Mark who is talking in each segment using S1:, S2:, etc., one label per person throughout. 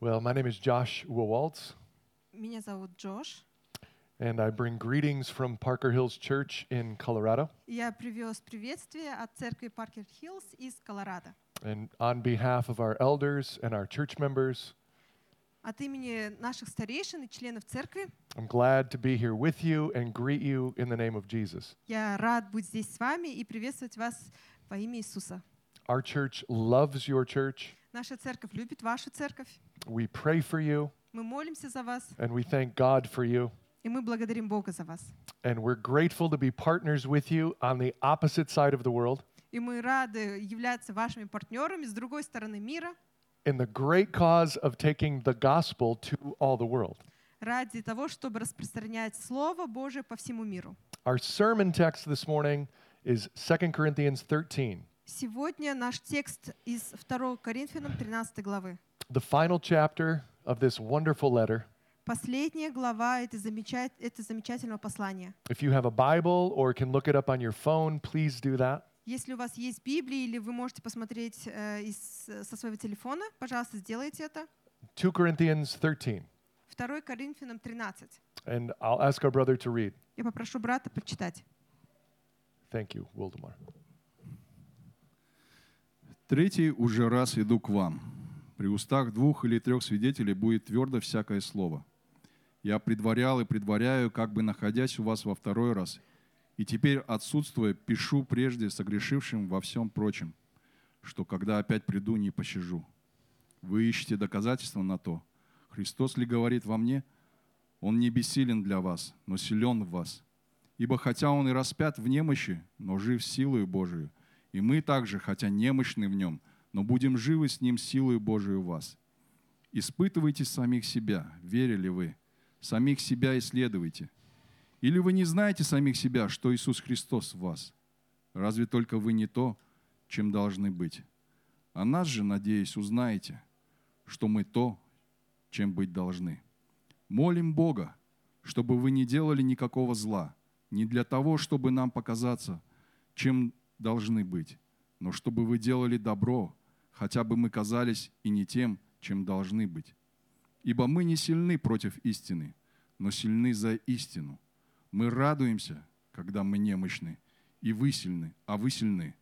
S1: Well, my name is Josh Wawaltz,
S2: Меня зовут Джош.
S1: and I bring greetings from Parker Hills Church in Colorado.
S2: Я привез приветствие от церкви Паркер Хиллз из Колорадо.
S1: And on behalf of our elders and our church members,
S2: От имени наших старейшин и членов церкви
S1: I'm glad to be here with you and greet you in the name of Jesus.
S2: я рад быть здесь с вами и приветствовать вас во имя Иисуса.
S1: Our church loves your church.
S2: Наша церковь любит вашу церковь.
S1: We pray for you
S2: Мы молимся за вас,
S1: and we thank God for you.
S2: и мы благодарим Бога за вас.
S1: And we're grateful to be partners with you on the opposite side of the world
S2: И мы рады являться вашими партнерами с другой стороны мира
S1: in the great cause of taking the gospel to all the world.
S2: ради того, чтобы распространять Слово Божие по всему миру.
S1: Our sermon text this morning is 2 Corinthians 13,
S2: Сегодня наш текст из 2 Коринфянам 13 главы.
S1: the final chapter of this wonderful letter.
S2: Последняя глава этой замечат- это замечательного послания.
S1: If you have a Bible or can look it up on your phone, please do that.
S2: Если у вас есть Библия или вы можете посмотреть э, из- со своего телефона, пожалуйста, сделайте это.
S1: 2 Corinthians 13.
S2: 2 Коринфянам 13.
S1: And I'll ask our brother to read.
S2: Я попрошу брата прочитать.
S1: Thank you, Wildemar.
S3: Третий уже раз иду к вам. При устах двух или трех свидетелей будет твердо всякое слово. Я предварял и предваряю, как бы находясь у вас во второй раз. И теперь, отсутствуя, пишу прежде согрешившим во всем прочем, что когда опять приду, не пощажу. Вы ищете доказательства на то. Христос ли говорит во мне? Он не бессилен для вас, но силен в вас. Ибо хотя он и распят в немощи, но жив силою Божию, и мы также, хотя немощны в нем, но будем живы с ним силою Божию в вас. Испытывайте самих себя, верили вы, самих себя исследуйте. Или вы не знаете самих себя, что Иисус Христос в вас? Разве только вы не то, чем должны быть? А нас же, надеюсь, узнаете, что мы то, чем быть должны. Молим Бога, чтобы вы не делали никакого зла, не для того, чтобы нам показаться, чем должны быть, но чтобы вы делали добро, хотя бы мы казались и не тем, чем должны быть. Ибо мы не сильны против истины, но сильны за истину. Мы радуемся, когда мы немощны, и вы сильны, а вы сильны.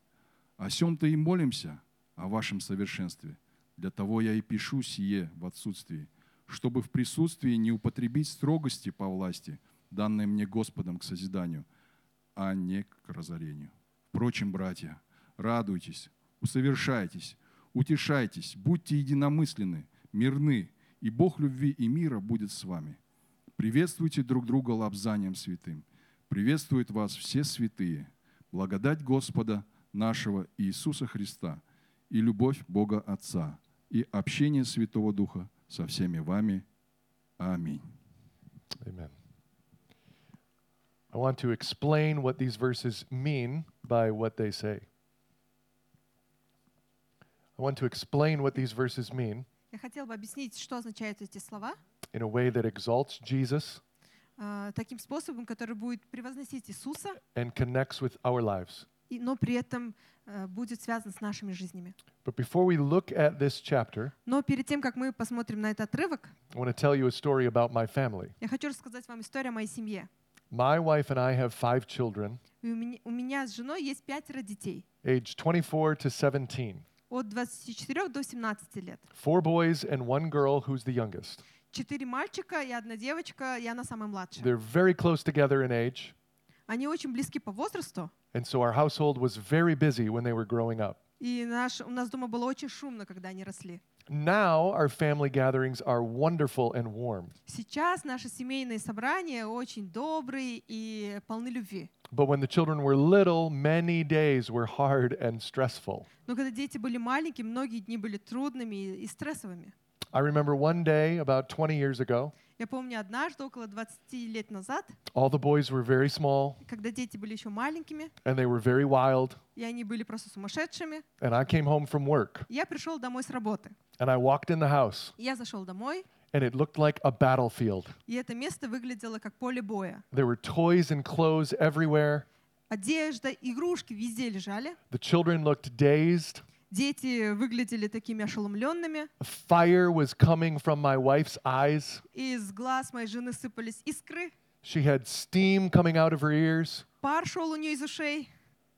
S3: О сем-то и молимся, о вашем совершенстве. Для того я и пишу сие в отсутствии, чтобы в присутствии не употребить строгости по власти, данной мне Господом к созиданию, а не к разорению. Впрочем, братья, радуйтесь, усовершайтесь, утешайтесь, будьте единомысленны, мирны, и Бог любви и мира будет с вами. Приветствуйте друг друга лобзанием святым. Приветствуют вас все святые. Благодать Господа нашего Иисуса Христа и любовь Бога Отца и общение Святого Духа со всеми вами. Аминь.
S1: Amen. I want to explain what these verses mean by what they say. I want to explain what these verses mean
S2: Я хотела бы объяснить, что означают эти слова
S1: in a way that exalts Jesus
S2: э, таким способом, который будет превозносить Иисуса,
S1: and connects with our lives.
S2: и- но при этом э, будет связан с нашими жизнями.
S1: But before we look at this chapter,
S2: Но перед тем, как мы посмотрим на этот отрывок,
S1: I want to tell you a story about my family.
S2: я хочу рассказать вам историю о моей семье.
S1: My wife and I have five children,
S2: И у меня, у меня с женой есть пятеро детей
S1: aged 24 to 17,
S2: от 24 до 17 лет.
S1: four boys and one girl who's the youngest.
S2: Четыре мальчика и одна девочка, и она самая младшая.
S1: They're very close together in age,
S2: Они очень близки по возрасту,
S1: and so our household was very busy when they were growing up.
S2: и наш, у нас дома было очень шумно, когда они росли.
S1: Now our family gatherings are wonderful and warm,
S2: Сейчас наши семейные собрания очень добрые и полны любви.
S1: but when the children were little, many days were hard and stressful.
S2: Но когда дети были маленькие, многие дни были трудными и- и стрессовыми.
S1: I remember one day about 20 years ago,
S2: Я помню однажды, около 20 лет назад,
S1: all the boys were very small
S2: когда дети были еще маленькими,
S1: and they were very wild,
S2: и они были просто сумасшедшими,
S1: and I came home from work
S2: я пришел домой с работы.
S1: and I walked in the house
S2: Я зашел домой,
S1: and it looked like a battlefield.
S2: и это место выглядело как поле боя.
S1: There were toys and clothes everywhere.
S2: Одежда, игрушки везде лежали.
S1: The children looked dazed,
S2: Дети выглядели такими ошеломленными.
S1: Fire was coming from my wife's eyes.
S2: Из глаз моей жены сыпались искры.
S1: She had steam coming out of her ears.
S2: Пар шел у нее из ушей.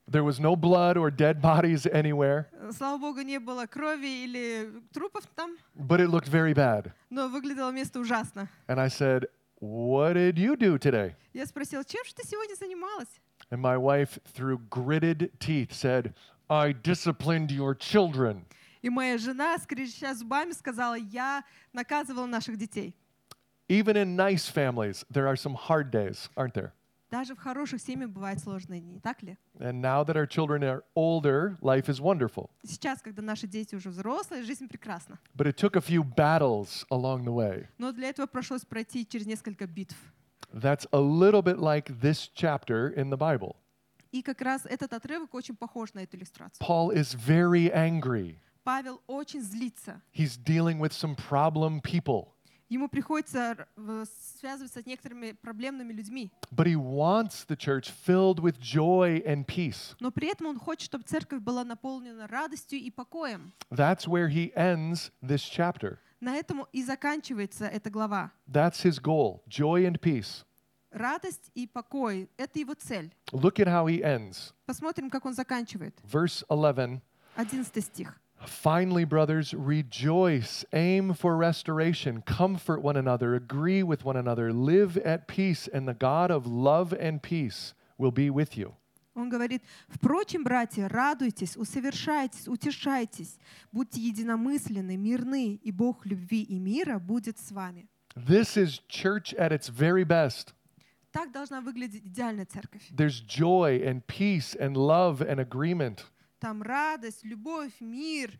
S1: There was no blood or dead bodies anywhere,
S2: Э, Слава богу, не было крови или трупов там,
S1: but it looked very bad.
S2: но выглядело место ужасно.
S1: And I said, What did you do today?
S2: Я спросила, чем же ты сегодня занималась?
S1: And my wife, through gritted teeth, said, I disciplined your children.
S2: И моя жена, скрежеща зубами, сказала, я наказывала наших детей.
S1: Even in nice families, there are some hard days, aren't there?
S2: Даже в хороших семьях бывают сложные дни, не так ли?
S1: And now that our children are older, life is wonderful.
S2: Сейчас, когда наши дети уже взрослые, жизнь прекрасна.
S1: But it took a few battles along the way.
S2: Но для этого пришлось пройти через несколько битв.
S1: That's a little bit like this chapter in the Bible.
S2: И как раз этот отрывок очень похож на эту иллюстрацию.
S1: Paul is very angry.
S2: Павел очень злится.
S1: He's dealing with some problem people,
S2: Ему приходится р- в- связываться с некоторыми проблемными людьми.
S1: but he wants the church filled with joy and peace.
S2: Но при этом он хочет, чтобы церковь была наполнена радостью и покоем.
S1: That's where he ends this chapter.
S2: На этом и заканчивается эта глава.
S1: That's his goal joy and peace.
S2: Радость и покой — это его цель.
S1: Look at how he ends.
S2: Посмотрим, как он заканчивает.
S1: Verse 11
S2: 11 стих.
S1: Finally, brothers, rejoice, aim for restoration, comfort one another, agree with one another, live at peace, and the God of love and peace will be with you.
S2: Он говорит, «Впрочем, братья, радуйтесь, усовершайтесь, утешайтесь, будьте единомысленны, мирны, и Бог любви и мира будет с вами».
S1: This is church at its very best.
S2: Так должна выглядеть идеальная церковь.
S1: There's joy and peace and love and agreement.
S2: Там радость, любовь, мир,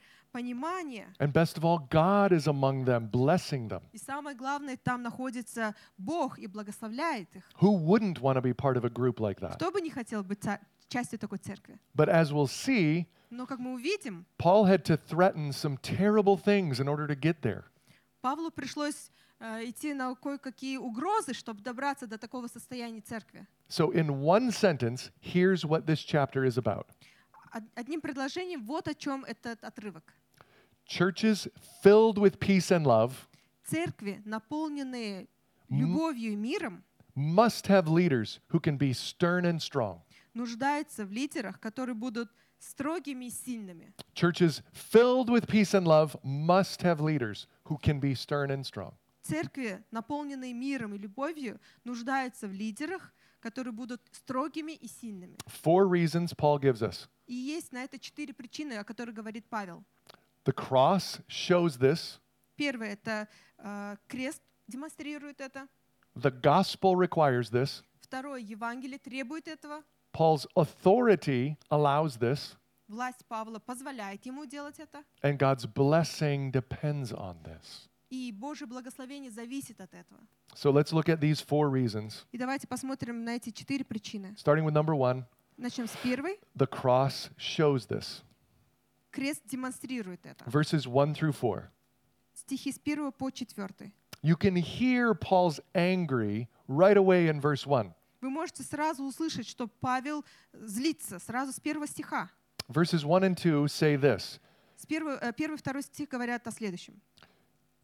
S2: понимание.
S1: And best of all, God is among them, blessing them.
S2: И самое главное, там находится Бог и благословляет их.
S1: Who wouldn't want to be part of a group like that?
S2: Кто бы не хотел быть ца- частью такой церкви?
S1: But as we'll see,
S2: Но, как мы увидим,
S1: Paul had to threaten some terrible things in order to get there.
S2: Павлу пришлось э, идти на кое-какие угрозы, чтобы добраться до такого состояния церкви.
S1: So, in one sentence, here's what this chapter is about
S2: Од- Одним предложением вот о чем этот отрывок.
S1: churches filled with peace and love
S2: Церкви, наполненные
S1: М.
S2: любовью и миром,
S1: must have leaders who can be stern and strong.
S2: нуждаются в лидерах, которые будут строгими и сильными.
S1: Churches filled with peace and love must have leaders who can be stern and strong.
S2: Церкви, наполненные миром и любовью, нуждаются в лидерах, которые будут строгими и сильными.
S1: Four reasons Paul gives us.
S2: И есть на это четыре причины, о которых говорит Павел.
S1: The cross shows this,
S2: Первое — это э, крест демонстрирует это.
S1: the gospel requires this,
S2: Второе — Евангелие требует этого.
S1: Paul's authority allows this,
S2: Власть Павла позволяет ему делать это.
S1: and God's blessing depends on this.
S2: И Божье благословение зависит от этого.
S1: So let's look at these four reasons,
S2: И давайте посмотрим на эти четыре причины.
S1: starting with number one.
S2: Начнем с первой.
S1: The cross shows this.
S2: Крест демонстрирует это.
S1: Verses 1 through 4.
S2: Стихи с 1 по 4.
S1: You can hear Paul's angry right away in verse 1.
S2: Вы можете сразу услышать, что Павел злится, сразу с первого стиха.
S1: Verses 1 and 2 say this
S2: С первого, э, первый и второй стих говорят о следующем.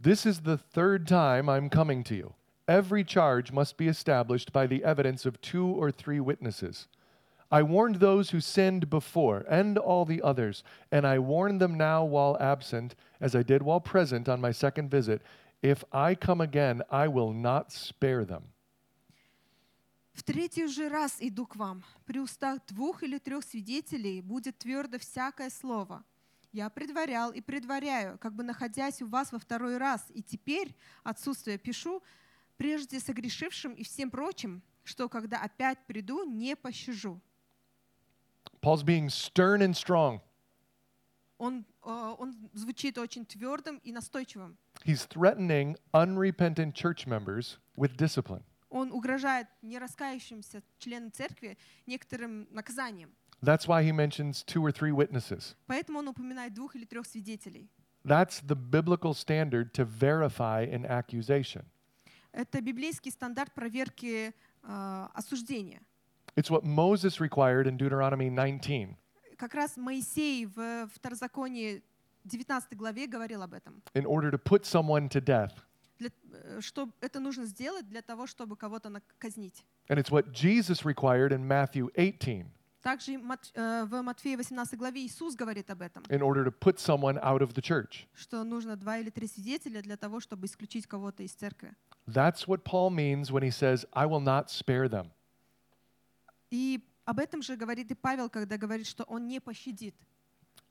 S1: This is the third time I'm coming to you. Every charge must be established by the evidence of two or three witnesses. I warned those who sinned before and all the others, and I warn them now while absent, as I did while present on my second visit. If I come again, I will not spare them.
S2: «В третий же раз иду к вам. При устах двух или трех свидетелей будет твердо всякое слово. Я предварял и предваряю, как бы находясь у вас во второй раз, и теперь отсутствие пишу, прежде согрешившим и всем прочим, что когда опять приду, не пощажу».
S1: Paul's being stern and strong.
S2: Он, э, он звучит очень твердым и настойчивым.
S1: He's threatening unrepentant church members with discipline.
S2: Он угрожает нераскающимся членам церкви некоторым наказанием.
S1: That's why he mentions two or three witnesses.
S2: Поэтому он упоминает двух или трех свидетелей.
S1: That's the biblical standard to verify an accusation.
S2: Это библейский стандарт проверки э, осуждения,
S1: It's what Moses required in Deuteronomy 19.
S2: как раз Моисей в Второзаконии 19 главе говорил об этом.
S1: in order to put someone to death.
S2: Для, э, что это нужно сделать для того, чтобы кого-то нак- казнить.
S1: And it's what Jesus required in Matthew 18
S2: Также и Мат- э, в Матфея 18 главе Иисус говорит об этом,
S1: in order to put someone out of the church.
S2: что нужно два или три свидетеля для того, чтобы исключить кого-то из церкви.
S1: That's what Paul means when he says, I will not spare them.
S2: И об этом же говорит и Павел, когда говорит, что он не пощадит.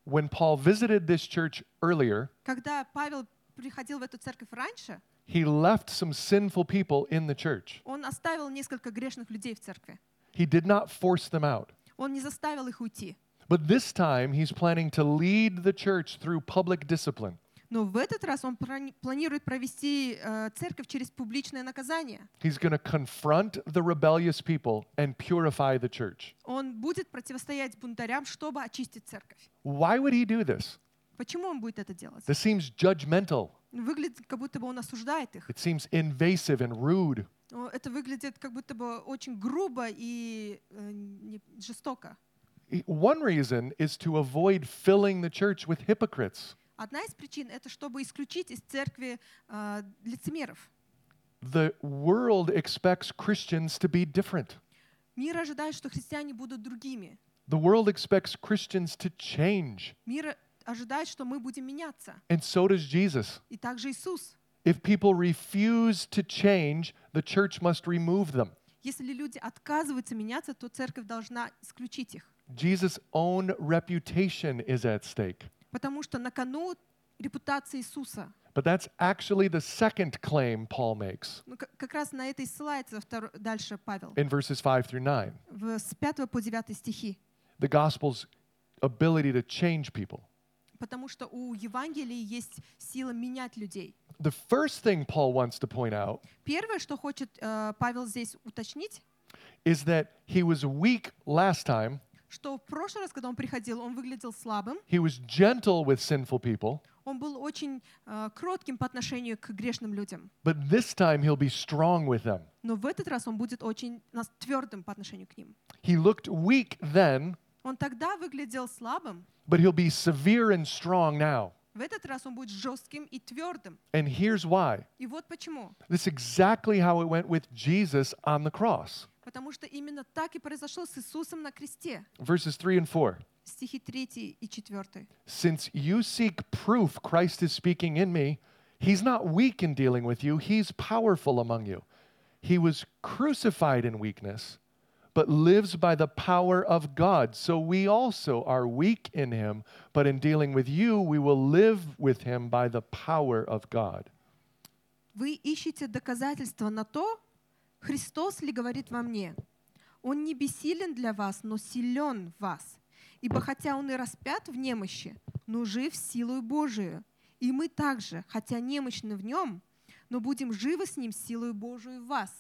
S1: When Paul visited this church earlier,
S2: Когда Павел приходил в эту церковь раньше,
S1: he left some sinful people in the church.
S2: он оставил несколько грешных людей в церкви.
S1: He did not force them out.
S2: Он не заставил их уйти.
S1: But this time, he's planning to lead the church through public discipline.
S2: Но в этот раз он прони- планирует провести э, церковь через публичное наказание.
S1: He's going to confront the rebellious people and purify the church.
S2: Он будет противостоять бунтарям, чтобы очистить церковь.
S1: Why would he do this?
S2: Почему он будет это делать?
S1: This seems judgmental.
S2: Выглядит, как будто бы он осуждает их.
S1: It seems invasive and rude.
S2: О, Это выглядит, как будто бы очень грубо и э, не- жестоко.
S1: E- One reason is to avoid filling the church with hypocrites.
S2: Одна из причин — это чтобы исключить из церкви э, лицемеров.
S1: The world expects Christians to be different.
S2: Мир ожидает, что христиане будут другими.
S1: The world expects Christians to change,
S2: Мир ожидает, что мы будем меняться.
S1: and so does Jesus.
S2: И также Иисус.
S1: If people refuse to change, the church must remove them.
S2: Если люди отказываются меняться, то церковь должна исключить их,
S1: Jesus' own reputation is at stake.
S2: потому что на кону репутация Иисуса.
S1: But that's actually the second claim Paul makes
S2: Ну, к- как раз на это и ссылается втор- дальше Павел
S1: in verses 5 through 9
S2: в- с 5 по 9 стихи.
S1: the gospel's ability to change people.
S2: Потому что у Евангелия есть сила менять людей.
S1: The first thing Paul wants to point out
S2: Первое, что хочет э, Павел здесь уточнить,
S1: is that he was weak last time,
S2: что в прошлый раз, когда он приходил, он выглядел слабым,
S1: he was gentle with sinful people,
S2: он был очень э, кротким по отношению к грешным людям.
S1: but this time he'll be strong with them.
S2: Но в этот раз он будет очень нас- твердым по отношению к ним.
S1: He looked weak then,
S2: Он тогда выглядел слабым,
S1: but he'll be severe and strong now.
S2: В этот раз он будет жестким и твердым.
S1: And here's why.
S2: И вот почему.
S1: This is exactly how it went with Jesus on the cross.
S2: Потому что именно так и произошло с Иисусом на кресте.
S1: Verses 3 and 4.
S2: Стихи 3 и 4.
S1: Since you seek proof Christ is speaking in me, he's not weak in dealing with you, he's powerful among you. He was crucified in weakness, but lives by the power of God. So we also are weak in him, but in dealing with you, we will live with him by the power of God.
S2: Вы ищете доказательства на то, Христос ли говорит во мне. Он не бессилен для вас, но силен в вас. Ибо хотя он и распят в немощи, но жив силою Божию. И мы также, хотя немощны в нем, но будем живы с ним силою Божию в вас.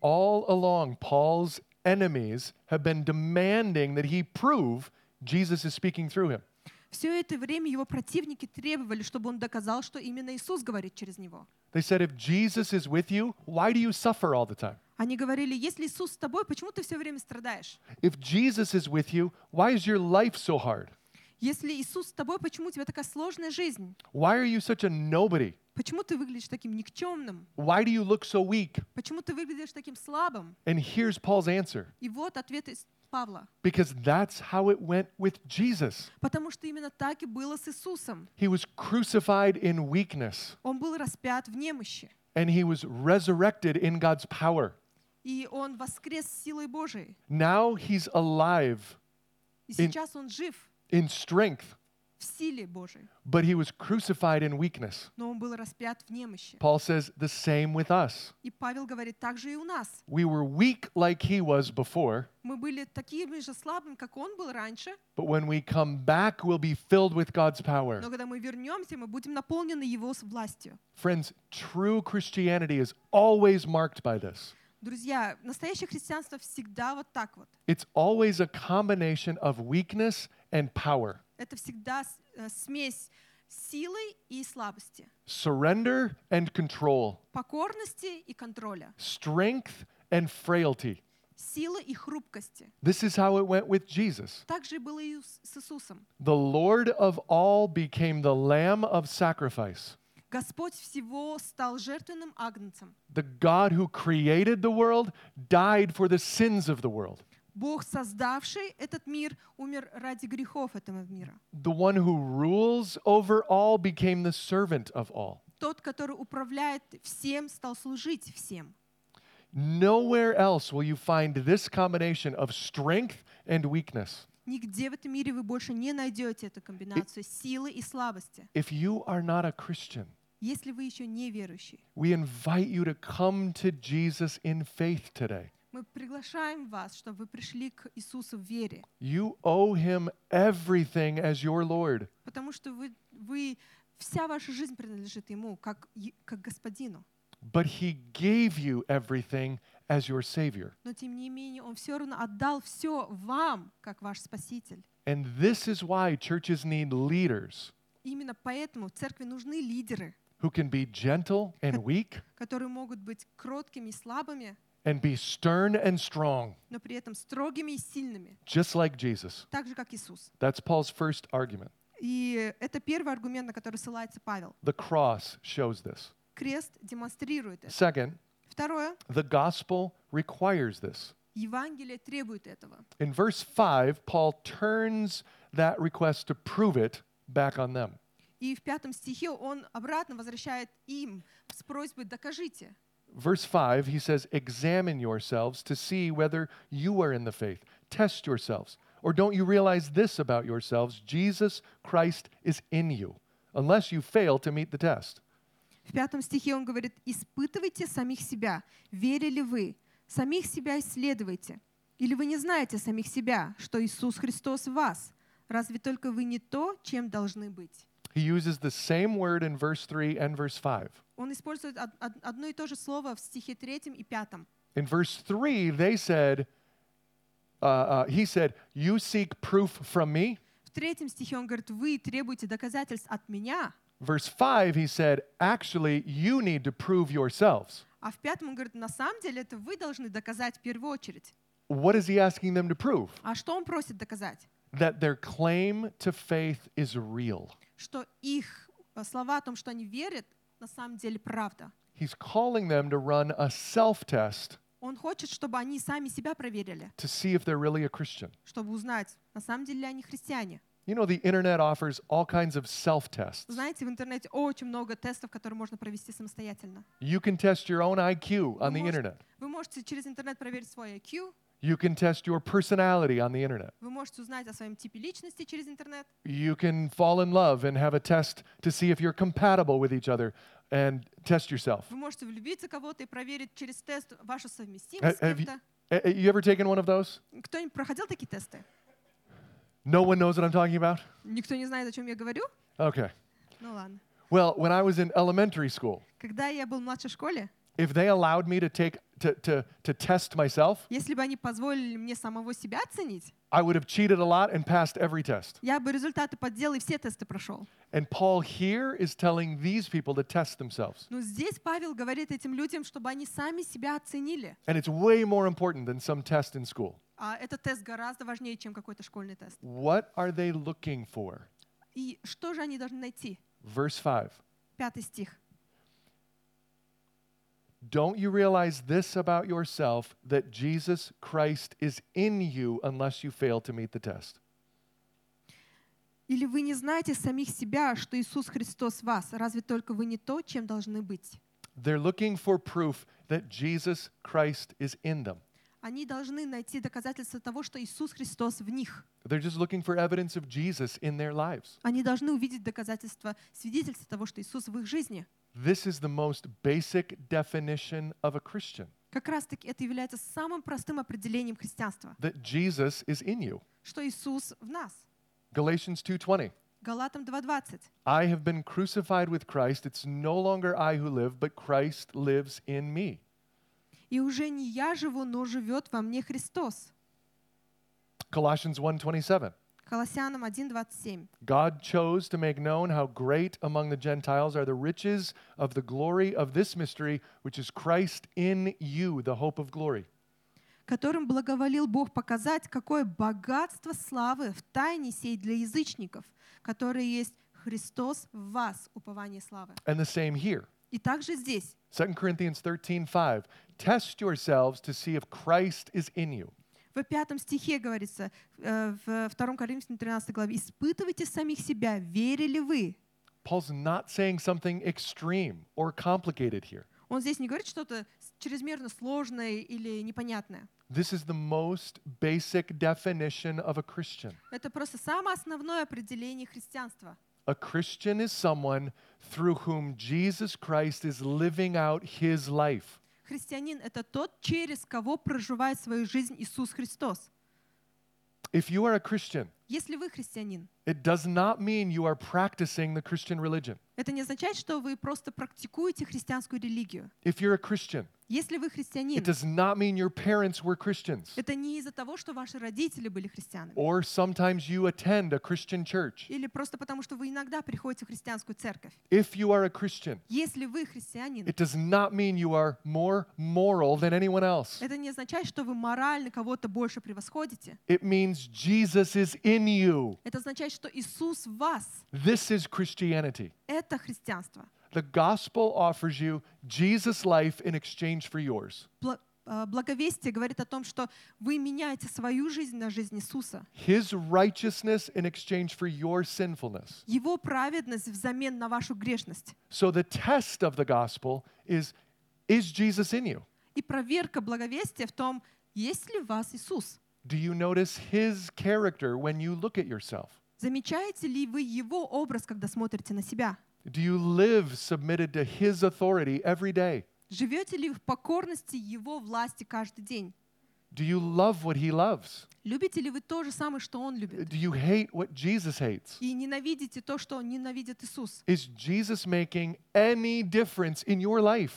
S1: All along, Paul's enemies have been demanding that he prove Jesus is speaking through him.
S2: Все это время его противники требовали, чтобы он доказал, что именно Иисус говорит через него.
S1: They said, If Jesus is with you, why do you suffer all the time?
S2: Они говорили, если Иисус с тобой, почему ты все время страдаешь?
S1: If Jesus is with you, why is your life so hard?
S2: Если Иисус с тобой, почему у тебя такая сложная жизнь?
S1: Why are you such a nobody?
S2: Почему ты выглядишь таким никчемным?
S1: Why do you look so weak?
S2: Почему ты выглядишь таким слабым?
S1: And here's Paul's answer
S2: И вот ответ из Павла.
S1: because that's how it went with Jesus.
S2: Потому что именно так и было с Иисусом.
S1: He was crucified in weakness
S2: Он был распят в немощи,
S1: and he was resurrected in God's power.
S2: и он воскрес с силой Божией.
S1: Now he's alive
S2: И сейчас он жив
S1: in strength,
S2: в силе Божией,
S1: but he was crucified in weakness.
S2: но он был распят в немощи.
S1: Paul says the same with us.
S2: И Павел говорит, так же и у нас.
S1: We were weak like he was before,
S2: Мы были такими же слабыми, как он был раньше,
S1: but when we come back, we'll be filled with God's power.
S2: но когда мы вернемся, мы будем наполнены его с- властью.
S1: Friends, true Christianity is always marked by this.
S2: Друзья, настоящее христианство всегда вот так вот.
S1: It's always a combination of weakness and power,
S2: Это всегда с- э, смесь силы и слабости,
S1: surrender and control,
S2: покорности и контроля,
S1: strength and frailty.
S2: силы и хрупкости.
S1: This is how it went with Jesus.
S2: Так же было и с с Иисусом.
S1: The Lord of all became the Lamb of sacrifice.
S2: Господь всего стал жертвенным агнцем.
S1: The God who created the world died for the sins of the world.
S2: Бог, создавший этот мир, умер ради грехов этого мира.
S1: The one who rules over all became the servant of all.
S2: Тот, который управляет всем, стал служить всем.
S1: Nowhere else will you find this combination of strength and weakness.
S2: Нигде в этом мире вы больше не найдете эту комбинацию силы и слабости.
S1: If you are not a Christian,
S2: Если вы еще не верующий,
S1: we invite you to come to Jesus in faith today.
S2: мы приглашаем вас, чтобы вы пришли к Иисусу в вере,
S1: You owe him everything as your Lord.
S2: потому что вы, вы вся ваша жизнь принадлежит Ему, как, Е- как Господину.
S1: but he gave you everything as your Savior.
S2: Но тем не менее, Он все равно отдал все вам, как ваш Спаситель.
S1: And this is why churches need leaders
S2: Именно поэтому в церкви нужны лидеры,
S1: who can be gentle and weak
S2: которые могут быть кроткими и слабыми,
S1: and be stern and strong,
S2: но при этом строгими и сильными,
S1: just like Jesus.
S2: так же, как Иисус.
S1: That's Paul's first argument.
S2: И это первый аргумент, на который ссылается Павел.
S1: The cross shows this.
S2: Крест демонстрирует это.
S1: Second,
S2: Второе.
S1: the gospel requires this.
S2: Евангелие требует этого.
S1: In verse 5, Paul turns that request to prove it back on them.
S2: И в пятом стихе он обратно возвращает им с просьбой «докажите».
S1: Verse 5, he says, Examine yourselves to see whether you are in the faith. Test yourselves. Or don't you realize this about yourselves? Jesus Christ is in you, unless you fail to meet the test.
S2: В пятом стихе он говорит «испытывайте самих себя, верили ли вы, самих себя исследуйте. Или вы не знаете самих себя, что Иисус Христос в вас? Разве только вы не то, чем должны быть?»
S1: He uses the same word in verse 3 and verse 5.
S2: Он использует од- од- одно и то же слово в стихе третьем и пятом.
S1: In verse 3, they said, uh, uh, He said, You seek proof from me.
S2: В третьем стихе он говорит «вы требуете доказательств от меня»,
S1: Verse 5, he said, Actually, you need to prove yourselves.
S2: а в пятом он говорит «на самом деле это вы должны доказать в первую очередь».
S1: What is he asking them to prove?
S2: А что он просит доказать?
S1: That their claim to faith is real.
S2: что их э, слова о том, что они верят, на самом деле правда.
S1: He's calling them to run a self test
S2: Он хочет, чтобы они сами себя проверили,
S1: to see if they're really a Christian.
S2: чтобы узнать, на самом деле ли они христиане.
S1: You know, the internet offers all kinds of self tests.
S2: Знаете, в интернете очень много тестов, которые можно провести самостоятельно.
S1: You can test your own IQ on the
S2: Almost.
S1: internet,
S2: Вы можете через интернет проверить свой IQ,
S1: you can test your personality on the internet.
S2: вы можете узнать о своем типе личности через интернет,
S1: You can fall in love and have a test to see if you're compatible with each other and test yourself.
S2: вы можете влюбиться в кого-то и проверить через тест вашу
S1: Ha-
S2: совместимость с
S1: Have you,
S2: кем-то.
S1: a- a- you ever taken one of those?
S2: Кто-нибудь проходил такие тесты?
S1: No one knows what I'm talking about?
S2: Никто не знает, о чем я говорю?
S1: Okay.
S2: Ну ладно.
S1: Well, when I was in elementary school,
S2: Когда я был в младшей школе,
S1: if they allowed me to take to, to, to test myself,
S2: если бы они позволили мне самого себя оценить,
S1: I would have cheated a lot and passed every test.
S2: Я бы результаты подделал и все тесты прошел.
S1: And Paul here is telling these people to test themselves.
S2: Но здесь Павел говорит этим людям, чтобы они сами себя оценили.
S1: And it's way more important than some test in school.
S2: А этот тест гораздо важнее, чем какой-то школьный тест.
S1: What are they looking for?
S2: И что же они должны найти?
S1: Verse 5.
S2: Пятый стих.
S1: Don't you realize this about yourself that Jesus Christ is in you unless you fail to meet the test?
S2: «Или вы не знаете самих себя, что Иисус Христос в вас? Разве только вы не то, чем должны быть?»
S1: They're looking for proof that Jesus Christ is in them.
S2: Они должны найти доказательства того, что Иисус Христос в них.
S1: They're just looking for evidence of Jesus in their lives.
S2: Они должны увидеть доказательства, свидетельства того, что Иисус в их жизни.
S1: This is the most basic definition of a Christian
S2: Как раз-таки это является самым простым определением христианства,
S1: that Jesus is in you.
S2: что Иисус в нас.
S1: Galatians 2:20.
S2: Галатам 2.20.
S1: I have been crucified with Christ. It's no longer I who live, but Christ lives in me.
S2: «И уже не я живу, но живет во мне Христос».
S1: Colossians 1:27.
S2: Колоссянам 1.27.
S1: God chose to make known how great among the Gentiles are the riches of the glory of this mystery, which is Christ in you, the hope of glory.
S2: которым благоволил Бог показать, какое богатство славы в тайне сей для язычников, которые есть Христос в вас, упование славы.
S1: And the same here.
S2: И также здесь,
S1: 2 Corinthians 13 5. Test yourselves to see if Christ is in you.
S2: в пятом стихе говорится, э, в втором Коринфянам 13 главе, «Испытывайте самих себя, верили вы».
S1: Paul's not saying something extreme or complicated here.
S2: Он здесь не говорит что-то с- чрезмерно сложное или непонятное.
S1: This is the most basic definition of a Christian.
S2: Это просто самое основное определение христианства.
S1: A Christian is someone through whom Jesus Christ is living out his life.
S2: Христианин — это тот, через кого проживает свою жизнь Иисус Христос.
S1: If you are a Christian,
S2: Если вы христианин,
S1: it does not mean you are practicing the Christian religion.
S2: это не означает, что вы просто практикуете христианскую религию.
S1: If you're a Christian,
S2: Если вы
S1: it
S2: христианин,
S1: does not mean your parents were Christians.
S2: это не из-за того, что ваши родители были христианами.
S1: Or sometimes you attend a Christian church.
S2: Или просто потому, что вы иногда приходите в христианскую церковь.
S1: If you are a Christian,
S2: Если вы христианин,
S1: it does not mean you are more moral than anyone else.
S2: это не означает, что вы морально кого-то больше превосходите.
S1: It means Jesus is in you.
S2: Это означает, что Иисус в вас.
S1: This is Christianity.
S2: Это христианство.
S1: The gospel offers you Jesus' life in exchange for yours.
S2: Бла- э, Благовестие говорит о том, что вы меняете свою жизнь на жизнь Иисуса.
S1: His righteousness in exchange for your sinfulness.
S2: Его праведность взамен на вашу грешность.
S1: So the test of the gospel is is Jesus in you?
S2: И проверка благовестия в том, есть ли в вас Иисус.
S1: Do you notice his character when you look at yourself?
S2: Замечаете ли вы его образ, когда смотрите на себя?
S1: Do you live submitted to his authority every day?
S2: Живете ли вы в покорности его власти каждый день?
S1: Do you love what he loves?
S2: Любите ли вы то же самое, что он любит?
S1: Do you hate what Jesus hates?
S2: И ненавидите то, что ненавидит Иисус?
S1: Is Jesus making any difference in your life?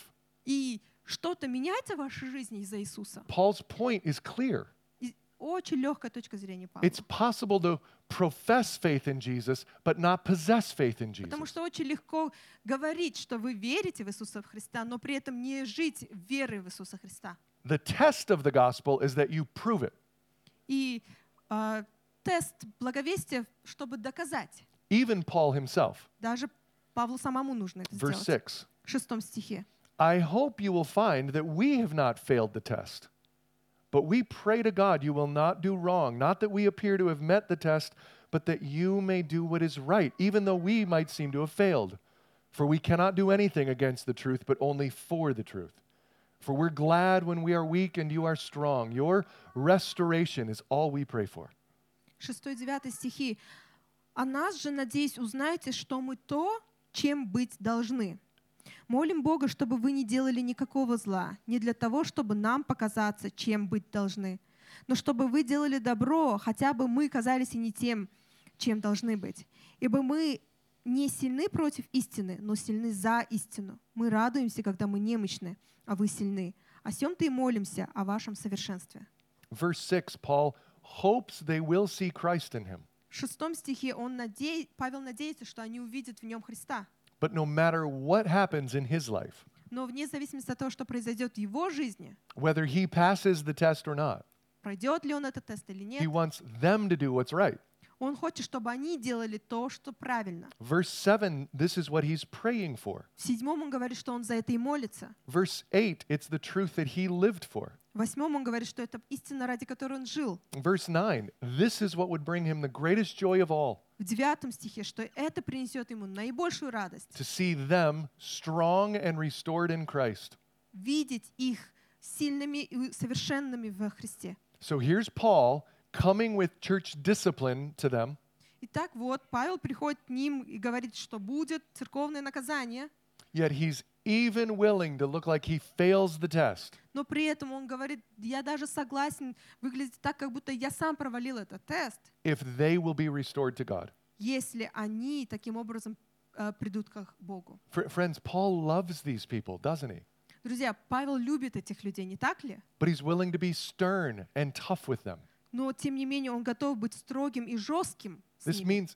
S2: И что-то меняется в вашей жизни из-за Иисуса?
S1: Paul's point is clear.
S2: И очень легкая точка зрения Павла.
S1: It's possible to profess faith in Jesus, but not possess faith in Jesus.
S2: Потому что очень легко говорить, что вы верите в Иисуса Христа, но при этом не жить верой в Иисуса Христа.
S1: The test of the gospel is that you prove it.
S2: И а, тест благовестия, чтобы доказать.
S1: Even Paul himself,
S2: Даже Павлу самому нужно это
S1: verse
S2: сделать.
S1: 6.
S2: В шестом стихе.
S1: I hope you will find that we have not failed the test. But we pray to God you will not do wrong, not that we appear to have met the test, but that you may do what is right, even though we might seem to have failed. For we cannot do anything against the truth, but only for the truth. For we're glad when we are weak and you are strong. Your restoration is all we pray for.
S2: Шестой, девятый стихи. «А нас же, надеюсь, узнаете, что мы то, чем быть должны. Молим Бога, чтобы вы не делали никакого зла, не для того, чтобы нам показаться, чем быть должны, но чтобы вы делали добро, хотя бы мы казались и не тем, чем должны быть. Ибо мы не сильны против истины, но сильны за истину. Мы радуемся, когда мы немощны, а вы сильны. О сем-то и молимся, о вашем совершенстве».
S1: Verse 6, Paul hopes they will see Christ in him.
S2: В шестом стихе он наде- Павел надеется, что они увидят в нем Христа.
S1: But no matter what happens in his life,
S2: Но вне зависимости от того, что произойдет в его жизни,
S1: whether he passes the test or not.
S2: пройдет ли он этот тест или
S1: He
S2: нет,
S1: wants them to do what's right.
S2: он хочет, чтобы они делали то, что правильно.
S1: Verse 7, this is what he's praying for.
S2: В седьмом он говорит, что он за это и молится.
S1: Verse 8, it's the truth that he lived for.
S2: В восьмом он говорит, что это истина, ради которой он жил.
S1: Verse 9, this is what would bring him the greatest joy of all
S2: В девятом стихе, что это принесет ему наибольшую радость.
S1: to see them strong and restored in Christ.
S2: Видеть их сильными и совершенными во Христе.
S1: So here's Paul coming with church discipline to them,
S2: Итак, вот Павел приходит к ним и говорит, что будет церковное наказание,
S1: yet he's even willing to look like he fails the test.
S2: Но при этом он говорит, я даже согласен выглядеть так, как будто я сам провалил этот тест,
S1: If they will be restored to God.
S2: если они таким образом э, придут к Богу.
S1: Fr- friends, Paul loves these people, doesn't he?
S2: Друзья, Павел любит этих людей, не так ли?
S1: but he's willing to be stern and tough with them.
S2: Но тем не менее он готов быть строгим и жестким. с
S1: This
S2: ними.
S1: means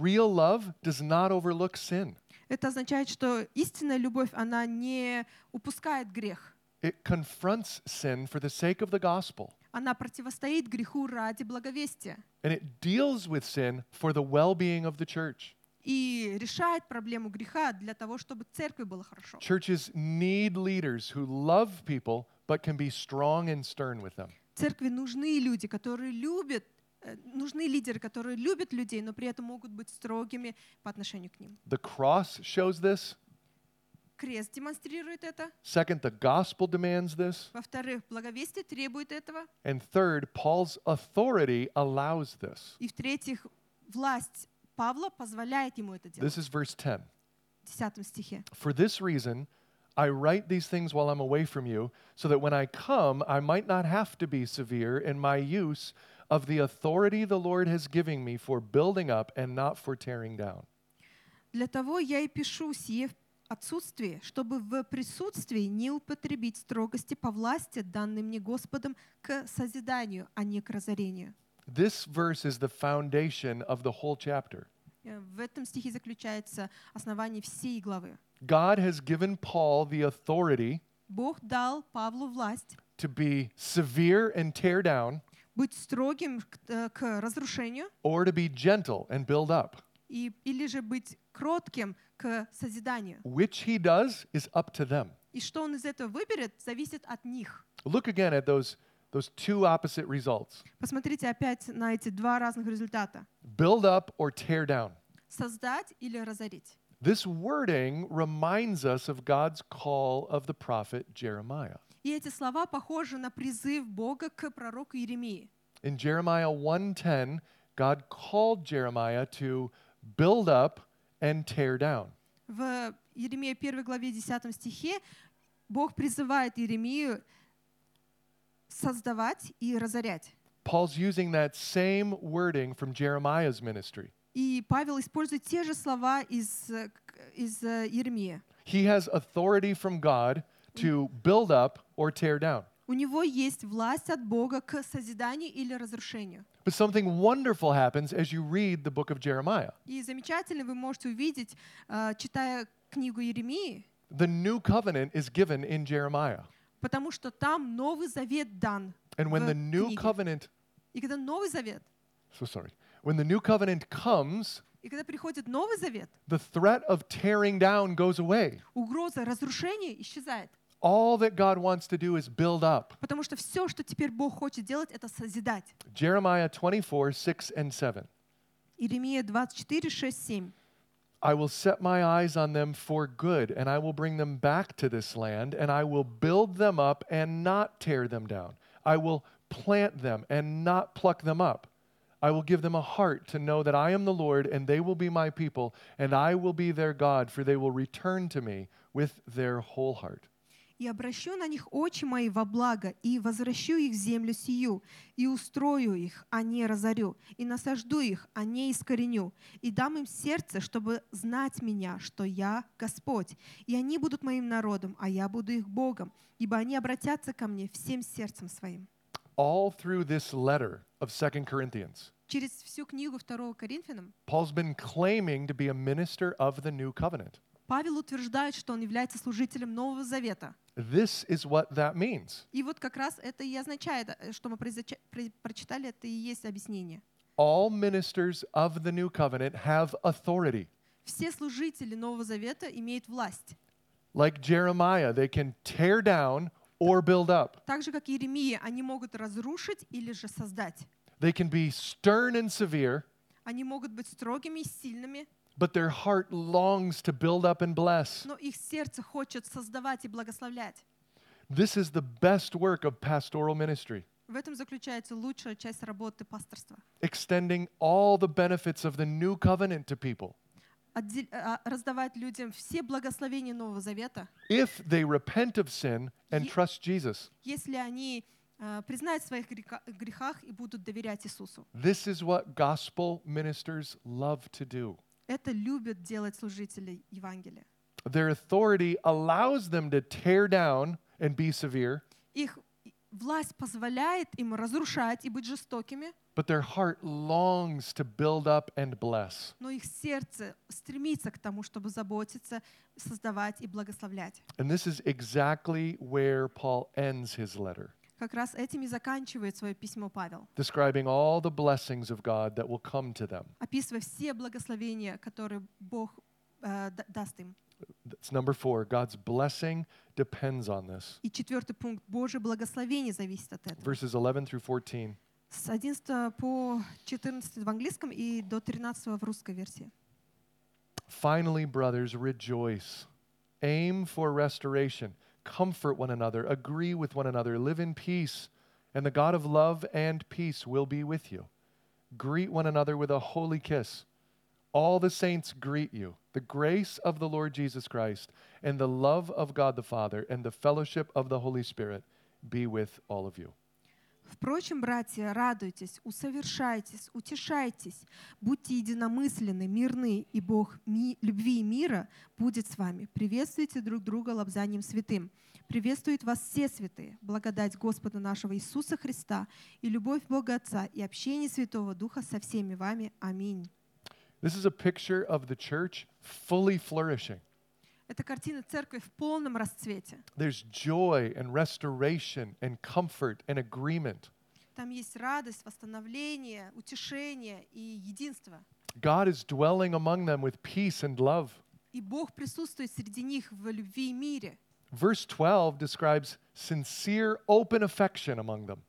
S1: real love does not overlook sin.
S2: Это означает, что истинная любовь, она не упускает грех.
S1: It confronts sin for the sake of the gospel,
S2: Она противостоит греху ради благовестия
S1: and it deals with sin for the well being of the church.
S2: и решает проблему греха для того, чтобы церкви было хорошо.
S1: Churches need leaders who love people but can be strong and stern with them.
S2: Церкви нужны люди, которые любят, э, нужны лидеры, которые любят людей, но при этом могут быть строгими по отношению к ним.
S1: The cross shows this.
S2: Крест демонстрирует это.
S1: Second, the gospel demands this.
S2: Во-вторых, благовестие требует этого.
S1: And third, Paul's authority allows this.
S2: И в-третьих, власть Павла позволяет ему это делать.
S1: This is verse 10.
S2: В 10 стихе.
S1: For this reason, I write these things while I'm away from you, so that when I come, I might not have to be severe in my use of the authority the Lord has given me for building up and not for tearing down.
S2: Для того я и пишу сие в отсутствии, чтобы в присутствии не употребить строгости по власти, данной мне Господом, к созиданию, а не к разорению.
S1: This verse is the foundation of the whole chapter.
S2: Э, В этом стихе заключается основание всей главы.
S1: God has given Paul the authority
S2: Бог дал Павлу власть
S1: to be severe and tear down,
S2: быть строгим к, э, к разрушению
S1: or to be gentle and build up.
S2: и, или же быть кротким к созиданию.
S1: Which he does is up to them.
S2: И что он из этого выберет, зависит от них.
S1: Look again at those, those two opposite results
S2: Посмотрите опять на эти два разных результата.
S1: build up or tear down.
S2: Создать или разорить.
S1: This wording reminds us of God's call of the prophet Jeremiah.
S2: И эти слова похожи на призыв Бога к пророку Иеремии.
S1: In Jeremiah 1:10, God called Jeremiah to build up and tear down.
S2: В Иеремии 1 главе 10 стихе Бог призывает Иеремию создавать и разорять.
S1: Paul's using that same wording from Jeremiah's ministry.
S2: И Павел использует те же слова из, э, к- из э, Иеремии.
S1: He has authority from God to build up or tear down.
S2: У него есть власть от Бога к созиданию или разрушению.
S1: But something wonderful happens as you read the book of Jeremiah.
S2: И замечательно вы можете увидеть, э, читая книгу Иеремии,
S1: The new covenant is given in Jeremiah.
S2: потому что там Новый Завет дан.
S1: And when
S2: в
S1: the new
S2: книге.
S1: covenant,
S2: И когда Новый Завет,
S1: so sorry, when the new covenant comes,
S2: и когда приходит Новый Завет,
S1: the threat of tearing down goes away.
S2: угроза разрушения исчезает.
S1: All that God wants to do is build up.
S2: Потому что все, что теперь Бог хочет делать, это созидать.
S1: Jeremiah 24, 6 and 7.
S2: Иеремия 24, 6, 7.
S1: I will set my eyes on them for good, and I will bring them back to this land, and I will build them up and not tear them down. I will plant them and not pluck them up. I will give them a heart to know that I am the Lord, and they will be my people, and I will be their God, for they will return to me with their whole heart.
S2: «И обращу на них очи мои во благо, и возвращу их в землю сию, и устрою их, а не разорю, и насажду их, а не искореню, и дам им сердце, чтобы знать меня, что я Господь, и они будут моим народом, а я буду их Богом, ибо они обратятся ко мне всем сердцем своим».
S1: All through this letter of 2 Corinthians,
S2: Через всю книгу 2 Коринфянам
S1: Paul's been claiming to be a minister of the new covenant.
S2: Павел утверждает, что он является служителем Нового Завета.
S1: This is what that means.
S2: И вот как раз это и означает, э, что мы произоча- про- прочитали, это и есть объяснение.
S1: All ministers of the new covenant have authority.
S2: Все служители Нового Завета имеют власть.
S1: Like Jeremiah, they can tear down or build up.
S2: Так же, как Иеремия, они могут разрушить или же создать.
S1: They can be stern and severe,
S2: Они могут быть строгими и сильными,
S1: but their heart longs to build up and bless.
S2: но их сердце хочет создавать и благословлять.
S1: This is the best work of pastoral ministry,
S2: В этом заключается лучшая часть работы пасторства.
S1: extending all the benefits of the new covenant to people
S2: Отдел- а, раздавать людям все благословения Нового Завета,
S1: if they repent of sin and
S2: Ye-
S1: trust Jesus.
S2: если они э, признают в своих грека- грехах и будут доверять Иисусу.
S1: This is what gospel ministers love to do.
S2: Это любят делать служители Евангелия.
S1: Their authority allows them to tear down and be severe,
S2: Их власть позволяет им разрушать и быть жестокими,
S1: but their heart longs to build up and bless.
S2: но их сердце стремится к тому, чтобы заботиться, создавать и благословлять.
S1: And this is exactly where Paul ends his letter,
S2: Как раз этим и заканчивает свое письмо Павел,
S1: describing all the blessings of God that will come to them.
S2: описывая все благословения, которые Бог э, да- даст им.
S1: That's number four. God's blessing depends on this.
S2: И четвертый пункт. Божье благословение зависит от этого.
S1: Verses 11 through 14.
S2: С 11 по 14 в английском и до 13 в русской версии.
S1: Finally, brothers, rejoice. Aim for restoration. Comfort one another. Agree with one another. Live in peace. And the God of love and peace will be with you. Greet one another with a holy kiss. All the saints greet you. The grace of the Lord Jesus Christ and the love of God the Father and the fellowship of the Holy Spirit be with all of you.
S2: Впрочем, братья, радуйтесь, усовершайтесь, утешайтесь, будьте единомысленны, мирны, и Бог ми- любви и мира будет с вами. Приветствуйте друг друга лобзанием святым. Приветствуют вас все святые. Благодать Господа нашего Иисуса Христа и любовь Бога Отца и общение Святого Духа со всеми вами. Аминь.
S1: This is a picture of the church fully flourishing.
S2: Это картина церкви в полном расцвете.
S1: There's joy and restoration and comfort and agreement.
S2: Там есть радость, восстановление, утешение и единство.
S1: God is dwelling among them with peace and love.
S2: И Бог присутствует среди них в любви и мире.
S1: Verse 12 describes sincere, open affection among them.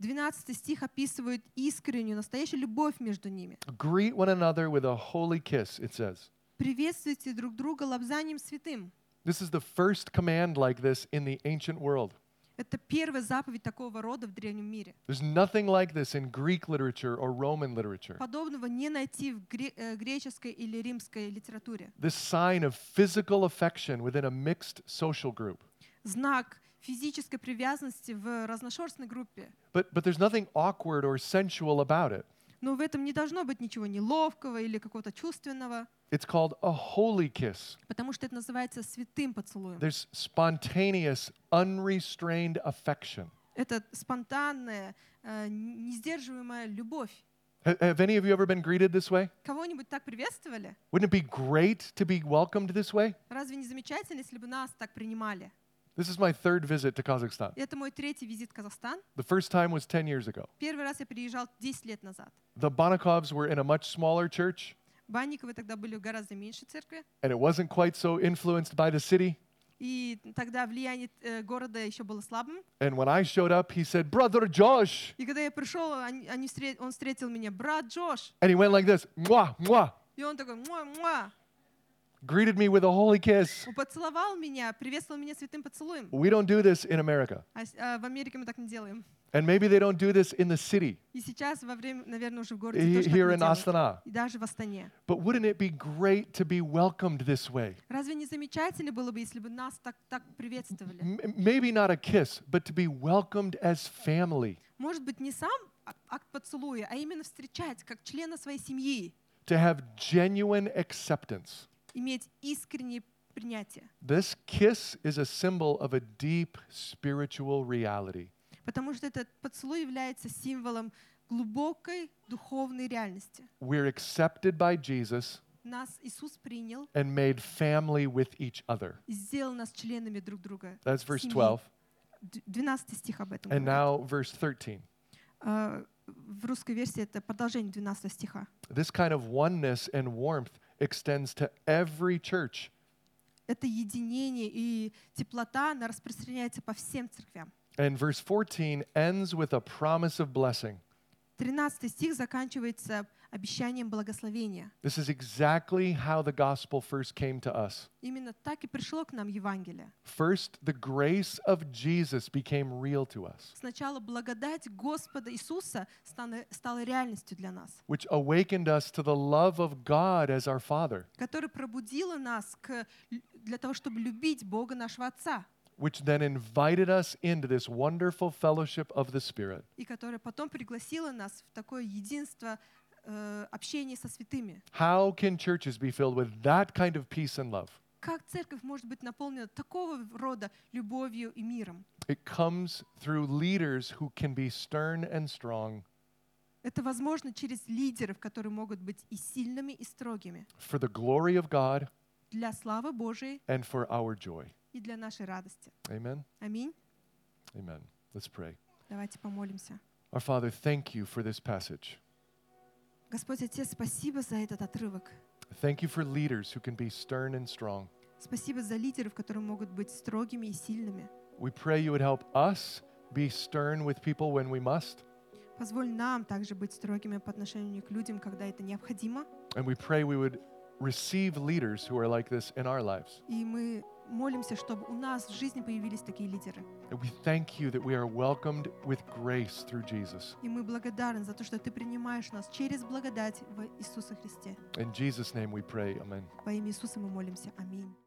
S2: 12 стих описывает искреннюю, настоящую любовь между ними.
S1: Greet one another with a holy kiss, it says.
S2: Приветствуйте друг друга лобзанием святым.
S1: This is the first command like this in the ancient world.
S2: Это первая заповедь такого рода в древнем мире.
S1: There's nothing like this in Greek literature or Roman literature.
S2: Подобного не найти в гре- э, греческой или римской литературе.
S1: This sign of physical affection within a mixed social group.
S2: Знак физической привязанности в разношерстной группе.
S1: But, but there's nothing awkward or sensual about it.
S2: Но в этом не должно быть ничего неловкого или какого-то чувственного,
S1: It's called a holy kiss.
S2: потому что это называется святым поцелуем.
S1: There's spontaneous, unrestrained affection.
S2: Это спонтанная, э, н- несдерживаемая любовь.
S1: Ha- Have any of you ever been greeted this way?
S2: Кого-нибудь так приветствовали?
S1: Wouldn't it be great to be welcomed this way?
S2: Разве не замечательно, если бы нас так принимали?
S1: This is my third visit to Kazakhstan.
S2: Это мой третий визит в Казахстан.
S1: The first time was 10 years ago.
S2: Первый раз я приезжал 10 лет назад.
S1: The Bonakovs were in a much smaller church,
S2: Банниковы тогда были в гораздо меньше церкви,
S1: and it wasn't quite so influenced by the city.
S2: и тогда влияние э, города еще было слабым.
S1: And when I showed up, he said, Brother Josh.
S2: И когда я пришел, они- они встре- он встретил меня, брат Джош,
S1: And he went like this, mwah, mwah,
S2: и он такой, муа-муа,
S1: greeted me with a holy kiss.
S2: Он поцеловал меня, приветствовал меня святым поцелуем.
S1: We don't do this in America.
S2: А с- а в Америке мы так не делаем.
S1: And maybe they don't do this in the city,
S2: И сейчас во время, наверное, уже в городе
S1: he-
S2: тоже так не
S1: here in
S2: делают.
S1: Astana.
S2: И даже в Астане.
S1: But wouldn't it be great to be welcomed this way?
S2: Разве не замечательно было бы, если бы нас так, так приветствовали?
S1: M- maybe not a kiss, but to be welcomed as family,
S2: Может быть, не сам а- акт поцелуя, а именно встречать как члена своей семьи,
S1: to have genuine acceptance.
S2: иметь искреннее принятие.
S1: This kiss is a symbol of a deep spiritual reality.
S2: Потому что этот поцелуй является символом глубокой духовной реальности.
S1: We're accepted by Jesus
S2: Нас Иисус принял
S1: and made family with each other.
S2: и сделал нас членами друг друга.
S1: That's verse
S2: семьи.
S1: 12.
S2: Д- 12 стих об этом
S1: And
S2: говорит.
S1: now, verse 13.
S2: А, В русской версии это продолжение 12 стиха.
S1: This kind of oneness and warmth extends to every church.
S2: Это единение и теплота, она распространяется по всем церквям.
S1: And verse 14 ends with a promise of blessing.
S2: 13 стих заканчивается обещанием благословения.
S1: This is exactly how the gospel first came to us.
S2: Именно так и пришло к нам Евангелие.
S1: First, the grace of Jesus became real to us,
S2: Сначала благодать Господа Иисуса стана- стала реальностью для нас,
S1: which awakened us to the love of God as our Father,
S2: которая пробудила нас к, лю- для того, чтобы любить Бога нашего Отца,
S1: which then invited us into this wonderful fellowship of the Spirit.
S2: и которая потом пригласила нас в такое единство э, общения со святыми.
S1: How can churches be filled with that kind of peace and love?
S2: Как церковь может быть наполнена такого рода любовью и миром?
S1: It comes through leaders who can be stern and strong
S2: Это возможно через лидеров, которые могут быть и сильными, и строгими.
S1: for the glory of God
S2: Для славы Божией
S1: and for our joy.
S2: и для нашей радости.
S1: Amen.
S2: Аминь.
S1: Amen. Let's pray.
S2: Давайте помолимся.
S1: Our Father, thank you for this passage.
S2: Господь Отец, спасибо за этот отрывок.
S1: Thank you for leaders who can be stern and strong.
S2: Спасибо за лидеров, которые могут быть строгими и сильными.
S1: We pray you would help us be stern with people when we must,
S2: Позволь нам также быть строгими по отношению к людям, когда это необходимо.
S1: and we pray we would receive leaders who are like this in our lives.
S2: И мы молимся, чтобы у нас в жизни появились такие лидеры.
S1: And we thank you that we are welcomed with grace through Jesus.
S2: И мы благодарны за то, что Ты принимаешь нас через благодать в Иисуса Христе.
S1: In Jesus' name we pray. Amen.
S2: Во имя Иисуса мы молимся. Аминь.